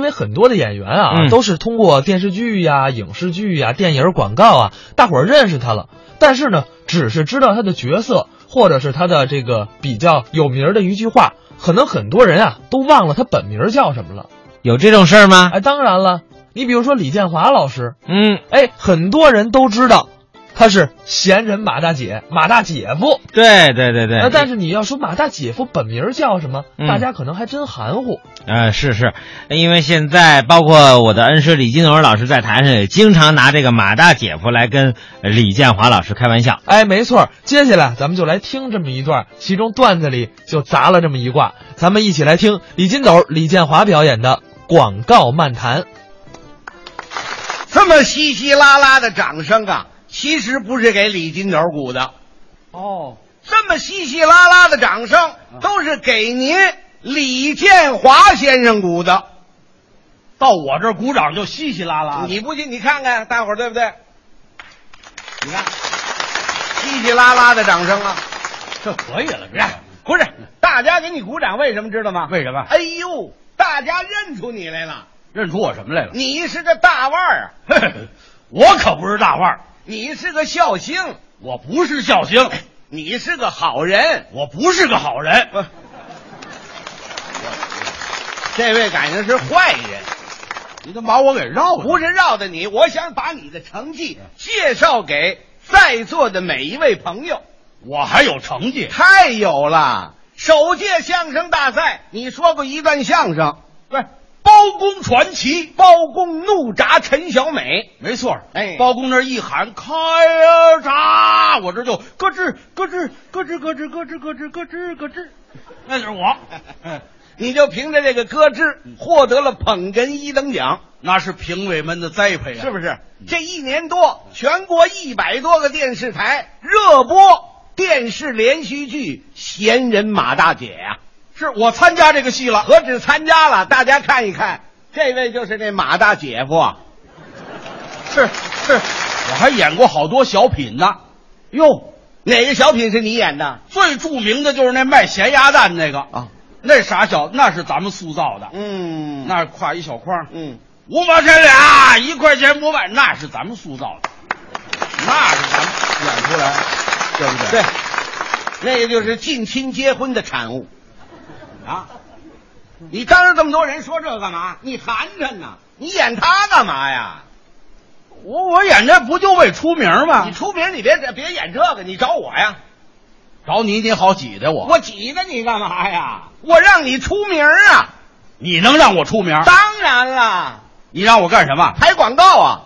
因为很多的演员啊，嗯都是通过电视剧呀、影视剧呀、电影、广告啊，大伙儿认识他了。但是呢，只是知道他的角色，或者是他的这个比较有名儿的一句话，可能很多人啊都忘了他本名叫什么了。有这种事儿吗？哎，当然了，你比如说李建华老师，嗯，哎，很多人都知道他是闲人马大姐、马大姐夫。对对对对那，啊但是你要说马大姐夫本名叫什么，哎嗯大家可能还真含糊。呃，是是，因为现在包括我的恩师李金龙老师在台上也经常拿这个马大姐夫来跟李建华老师开玩笑。哎，没错儿，接下来咱们就来听这么一段，其中段子里就砸了这么一卦，咱们一起来听李金斗、李建华表演的广告漫谈。这么稀稀拉拉的掌声啊，其实不是给李金斗鼓的，哦，啊这么稀稀拉拉的掌声都是给您李建华先生鼓的。到我这儿鼓掌就稀稀拉拉的。你不信，你看看大伙儿对不对？你看，稀稀拉拉的掌声啊！这可以了，别哎不是，大家给你鼓掌，为什么知道吗？为什么哎呦，大家认出你来了，认出我什么来了？你是个大腕儿啊，嘿嘿我可不是大腕儿，你是个孝星，我不是孝星，你是个好人。我不是个好人。不，这位感情是坏人，你怎么把我给绕了？不是绕的你。我想把你的成绩介绍给在座的每一位朋友。我还有成绩。太有了！首届相声大赛，你说过一段相声，对，包公传奇，包公怒铡陈小美。没错儿。哎包公那一喊开呀闸，我这就咯吱咯吱咯吱咯吱咯吱咯吱咯吱咯吱，那就是我。嗯哎 你就凭着这个咯吱，获得了捧哏一等奖，那是评委们的栽培啊！是不是？这一年多，全国一百多个电视台热播电视连续剧《闲人马大姐》呀、是我参加这个戏了。何止参加了，大家看一看，这位就是那马大姐夫啊，是是，我还演过好多小品呢。哟，哪个小品是你演的？最著名的就是那卖咸鸭蛋那个啊，那傻小那是咱们塑造的，嗯那挎一小筐，嗯，五毛钱俩，一块钱不卖，那是咱们塑造的，那是咱们演出来，对不对？对，那个就是近亲结婚的产物啊。你当着这么多人说这干嘛？你寒碜呐！你演他干嘛呀？我我演这不就为出名吗你？出名，你别别演这个，你找我呀！找你你好挤兑我，我挤着你干嘛呀？我让你出名啊！你能让我出名？当然了，你让我干什么？啊拍广告啊！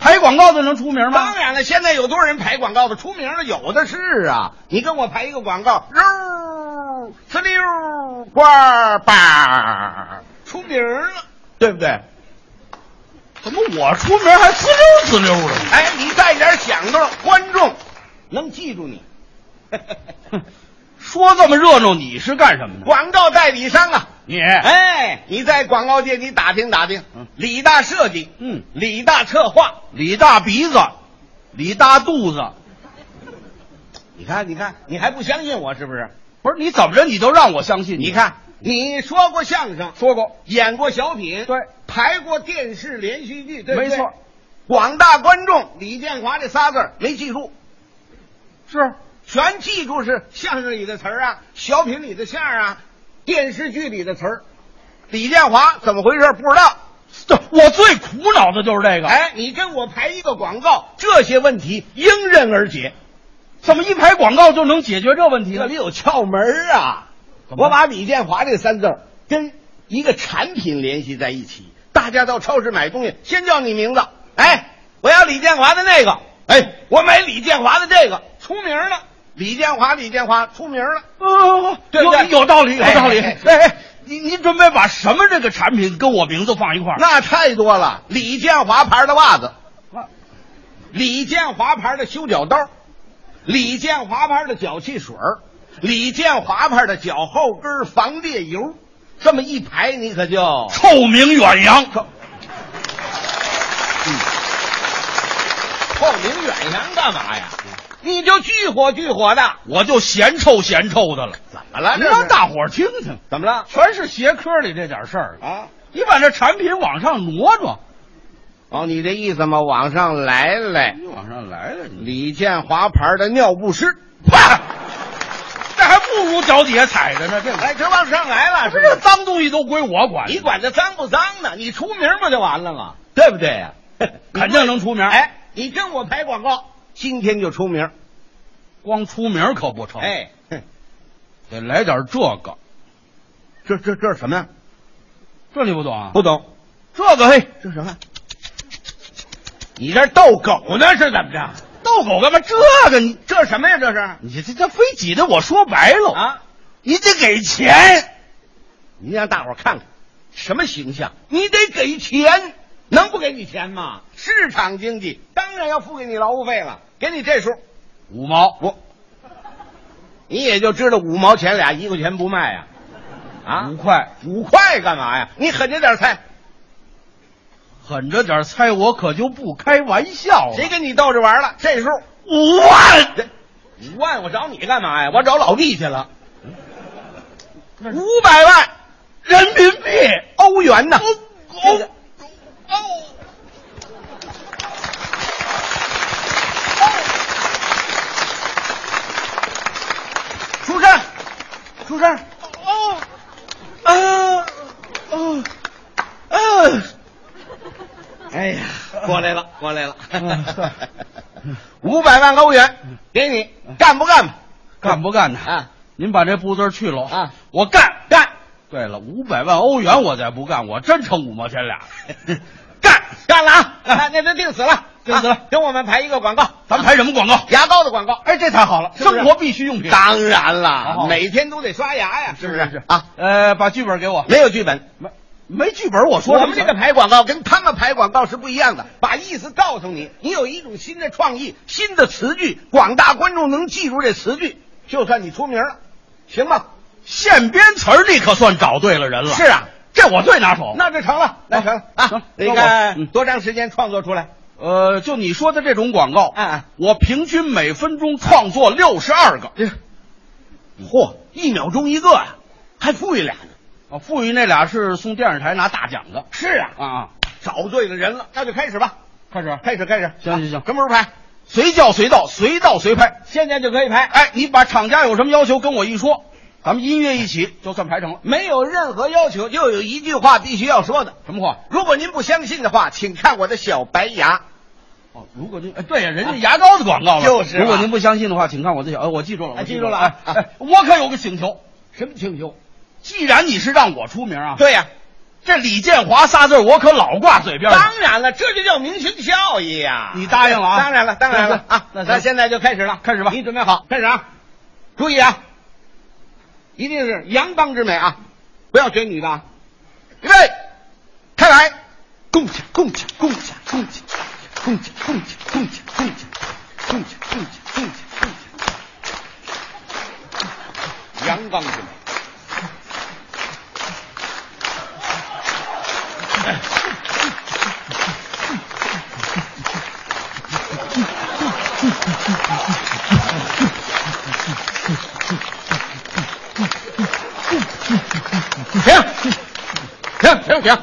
拍广告就能出名吗当？然了，现在有多少人排广告的，出名的有的是啊。你跟我排一个广告，肉呲溜瓜吧，出名了，对不对？怎么我出名还滋溜滋溜的？哎，你带点响动，观众能记住你。 说这么热闹，你是干什么的？广告代理商啊，你哎，你在广告界你打听打听嗯，李大设计，嗯，李大策划，李大鼻子，李大肚子，你看，你看，你还不相信我是不是？不是你怎么着，你都让我相信你看，你说过相声，说过，演过小品，对，排过电视连续剧，对不对没错，广大观众李建华这仨字儿没记住，是全记住是相声里的词儿啊，小品里的相儿啊，电视剧里的词儿。李建华怎么回事？不知道。这我最苦恼的就是这个。，哎，你跟我排一个广告，这些问题迎刃而解。怎么一拍广告就能解决这问题这呢里？有窍门儿啊！怎么我把李建华这三字儿跟一个产品联系在一起。大家到超市买东西，先叫你名字。哎，我要李建华的那个。哎，我买李建华的这个，出名了。李建华，李建华出名了。哦，对不对有有道理，有道理。哎哎哎，你你准备把什么这个产品跟我名字放一块儿？那太多了，李建华牌的袜子哇，李建华牌的修脚刀，李建华牌的脚气水儿李建华牌的脚后跟儿防裂油，这么一排你可就臭名远扬，臭名远扬干嘛呀？你就巨火巨火的，我就嫌臭嫌臭的了。怎么了你这让是大伙儿听听，怎么了全是鞋科里这点事儿。啊？你把这产品往上挪挪，哦，你这意思嘛，往上来来，你哎往上来了，你李建华牌的尿不湿，啪，这还不如脚底下踩着呢。这个哎，这往上来了，不是这脏东西都归我管，你管它脏不脏呢？你出名不就完了吗？对不对呀、肯定能出名。，哎，你跟我拍广告，今天就出名。光出名可不成，，哎，哼得来点这个，这这这是什么呀？这你不懂啊？不懂，这个嘿，这是什么？你这逗狗呢是怎么着？逗狗干嘛？这个你这什么呀？这是你这这非挤得我说白了，啊？你得给钱，你让大伙儿看看什么形象？你得给钱，能不给你钱吗？市场经济当然要付给你劳务费了，给你这数，五毛。我你也就知道五毛钱俩，一块钱不卖呀、啊？五块，五块干嘛呀？你狠着点猜，狠着点猜，我可就不开玩笑了。谁跟你逗着玩了？这数五万？这五万，我找你干嘛呀？我找老弟去了。嗯五百万人民币？欧元呢？这哦个哦，出声，出声！哦，啊，哦，嗯，哎呀，过来了，过来了嗯。 五百万欧元给你，干不嗯干吧？干不干呢？啊，您把这步字去了啊！我干。干，对了，五百万欧元我才不干，我真成五毛钱俩。 干，干了啊！那那那定死了，定死了啊跟我们排一个广告，咱们拍什么广告？牙膏的广告。哎，这太好了，是不是生活必需用品。当然好了好，每天都得刷牙呀，是不是啊啊？，呃，把剧本给我。没有剧本，没没剧本，我说我们这什个么排广告跟他们排广告是不一样的，把意思告诉你，你有一种新的创意、新的词句，广大观众能记住这词句，就算你出名了，行吧？现编词儿，这可算找对了人了。是，啊，这我最拿手。那就成了，那成了行啊！你那我看嗯多长时间创作出来？呃，就你说的这种广告，啊啊我平均每分钟创作六十二个，这，嚯，一秒钟一个啊，还富裕俩呢。啊，富裕那俩是送电视台拿大奖的是啊，啊啊！找对了人了，那就开始吧，开始，开始开始。行行行啊什么时候拍？随叫随到，随到随拍。现在就可以拍。哎，你把厂家有什么要求跟我一说，咱们音乐一起就算排成了。没有任何要求，就有一句话必须要说的。什么话？如果您不相信的话，请看我的小白牙。哦，如果您哎对呀，人家牙膏的广告了，就是嘛如果您不相信的话，请看我的小，呃，我记住了，哎我记记住了哎啊哎，我可有个请求，什么请求？既然你是让我出名啊，对呀、这李建华仨字儿我可老挂嘴边儿了。当然了，这就叫明星效益呀、你答应了啊当然了，当然了那啊行！那那行现在就开始了，开始吧你准备好，开始啊！注意啊，一定是阳刚之美啊，不要选女的啊！预备，开来！共抢共抢共抢共抢共抢共抢共抢共抢共抢共抢共抢。阳刚之美。停！停停停！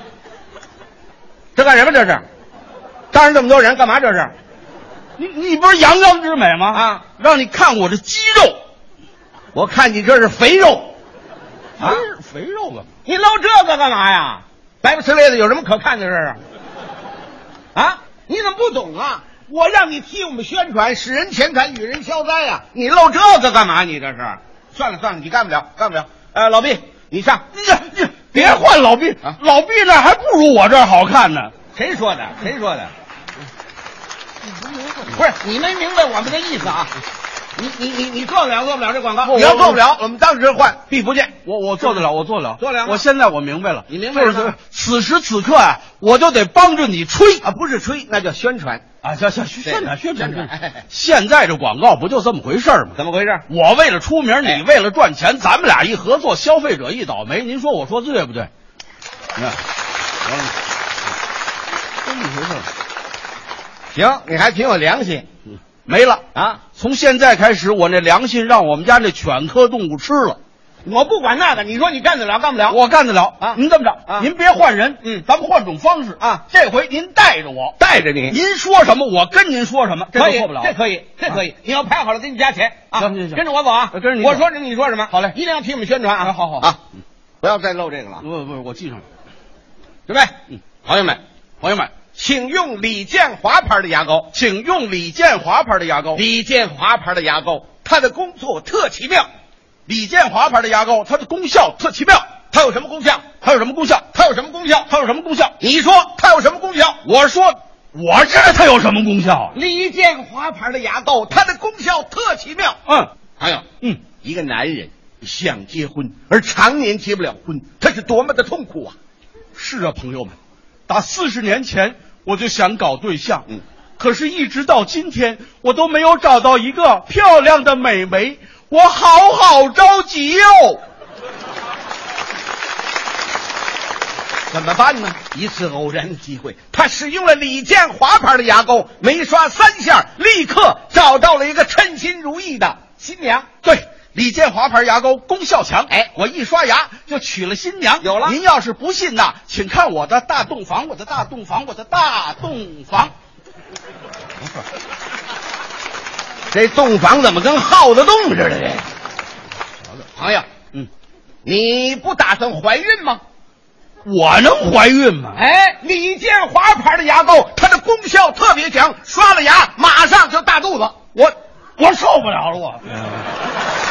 这干什么？这是？当着这么多人干嘛？这是？你你不是阳刚之美吗？啊，让你看我这肌肉，我看你这是肥肉。啊不是肥肉啊，你露这个干嘛呀？白不呲咧的，有什么可看的？这是啊？你怎么不懂啊？我让你替我们宣传，使人钱财，与人消灾啊呀、你露这个干嘛？你这是？算了算了，你干不了，干不了。呃，老毕，你上。你你别换老毕啊，老毕那还不如我这儿好看呢。谁说的？谁说的？嗯不是你没明白我们的意思啊！你你你你做不了做不了这广告，我你要我做不了，我们当时换必不见。我我做得了，我做得了，做得了吗我现在我明白了，你明白了吗就是此时此刻啊，我就得帮着你吹啊，不是吹，那叫宣传。啊！行行，对宣传宣宣传宣传传！现在这广告不就这么回事儿吗？怎么回事？我为了出名，哎你为了赚钱，咱们俩一合作，消费者一倒霉。您说我说对不对？嗯你看，这么回事儿行，你还挺有良心没了。啊！从现在开始，我那良心让我们家那犬科动物吃了，我不管那个，你说你干得了干不了？我干得了啊您这么着，啊您别换人，嗯咱们换种方式啊这回您带着我，带着你，您说什么我跟您说什么，这可都以错不了，，啊这可以，这可以。你要排好了，给你加钱啊！行行行跟着我走啊！呃跟着你走我说什么你说什么。好嘞一定要替我们宣传啊！哎好好啊，不要再露这个了啊。不不，我记上了，准备，朋友们，朋友们，请用李建华牌的牙膏。请用李建华牌的牙膏，李建华牌的牙膏，它的工作特奇妙。李建华牌的牙膏，它的功效特奇妙，它有什么功效？它有什么功效？它有什么功效？它有什么功效？你说它有什么功效？我说，我知道它有什么功效。啊李建华牌的牙膏，它的功效特奇妙。嗯还有，嗯，一个男人想结婚而常年结不了婚，他是多么的痛苦啊！是啊，朋友们，打四十年前我就想搞对象，嗯可是一直到今天，我都没有找到一个漂亮的美眉，我好好着急哟、怎么办呢？一次偶然的机会，他使用了李建华牌的牙膏，没刷三下，立刻找到了一个称心如意的新娘。对，李建华牌牙膏功效强，哎我一刷牙就娶了新娘。有了您要是不信呐，请看我的大洞房，我的大洞房，我的大洞房。这洞房怎么跟耗子洞似的？这朋友，嗯，你不打算怀孕吗？我能怀孕吗？哎，李建华牌的牙膏，它的功效特别强，刷了牙马上就大肚子。我我受不了了，我。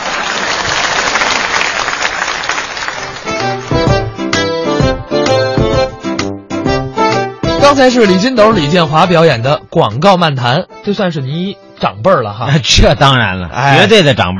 刚才是李金斗、李建华表演的广告漫谈，这算是你长辈儿了哈。 这当然了，哎绝对的长辈儿。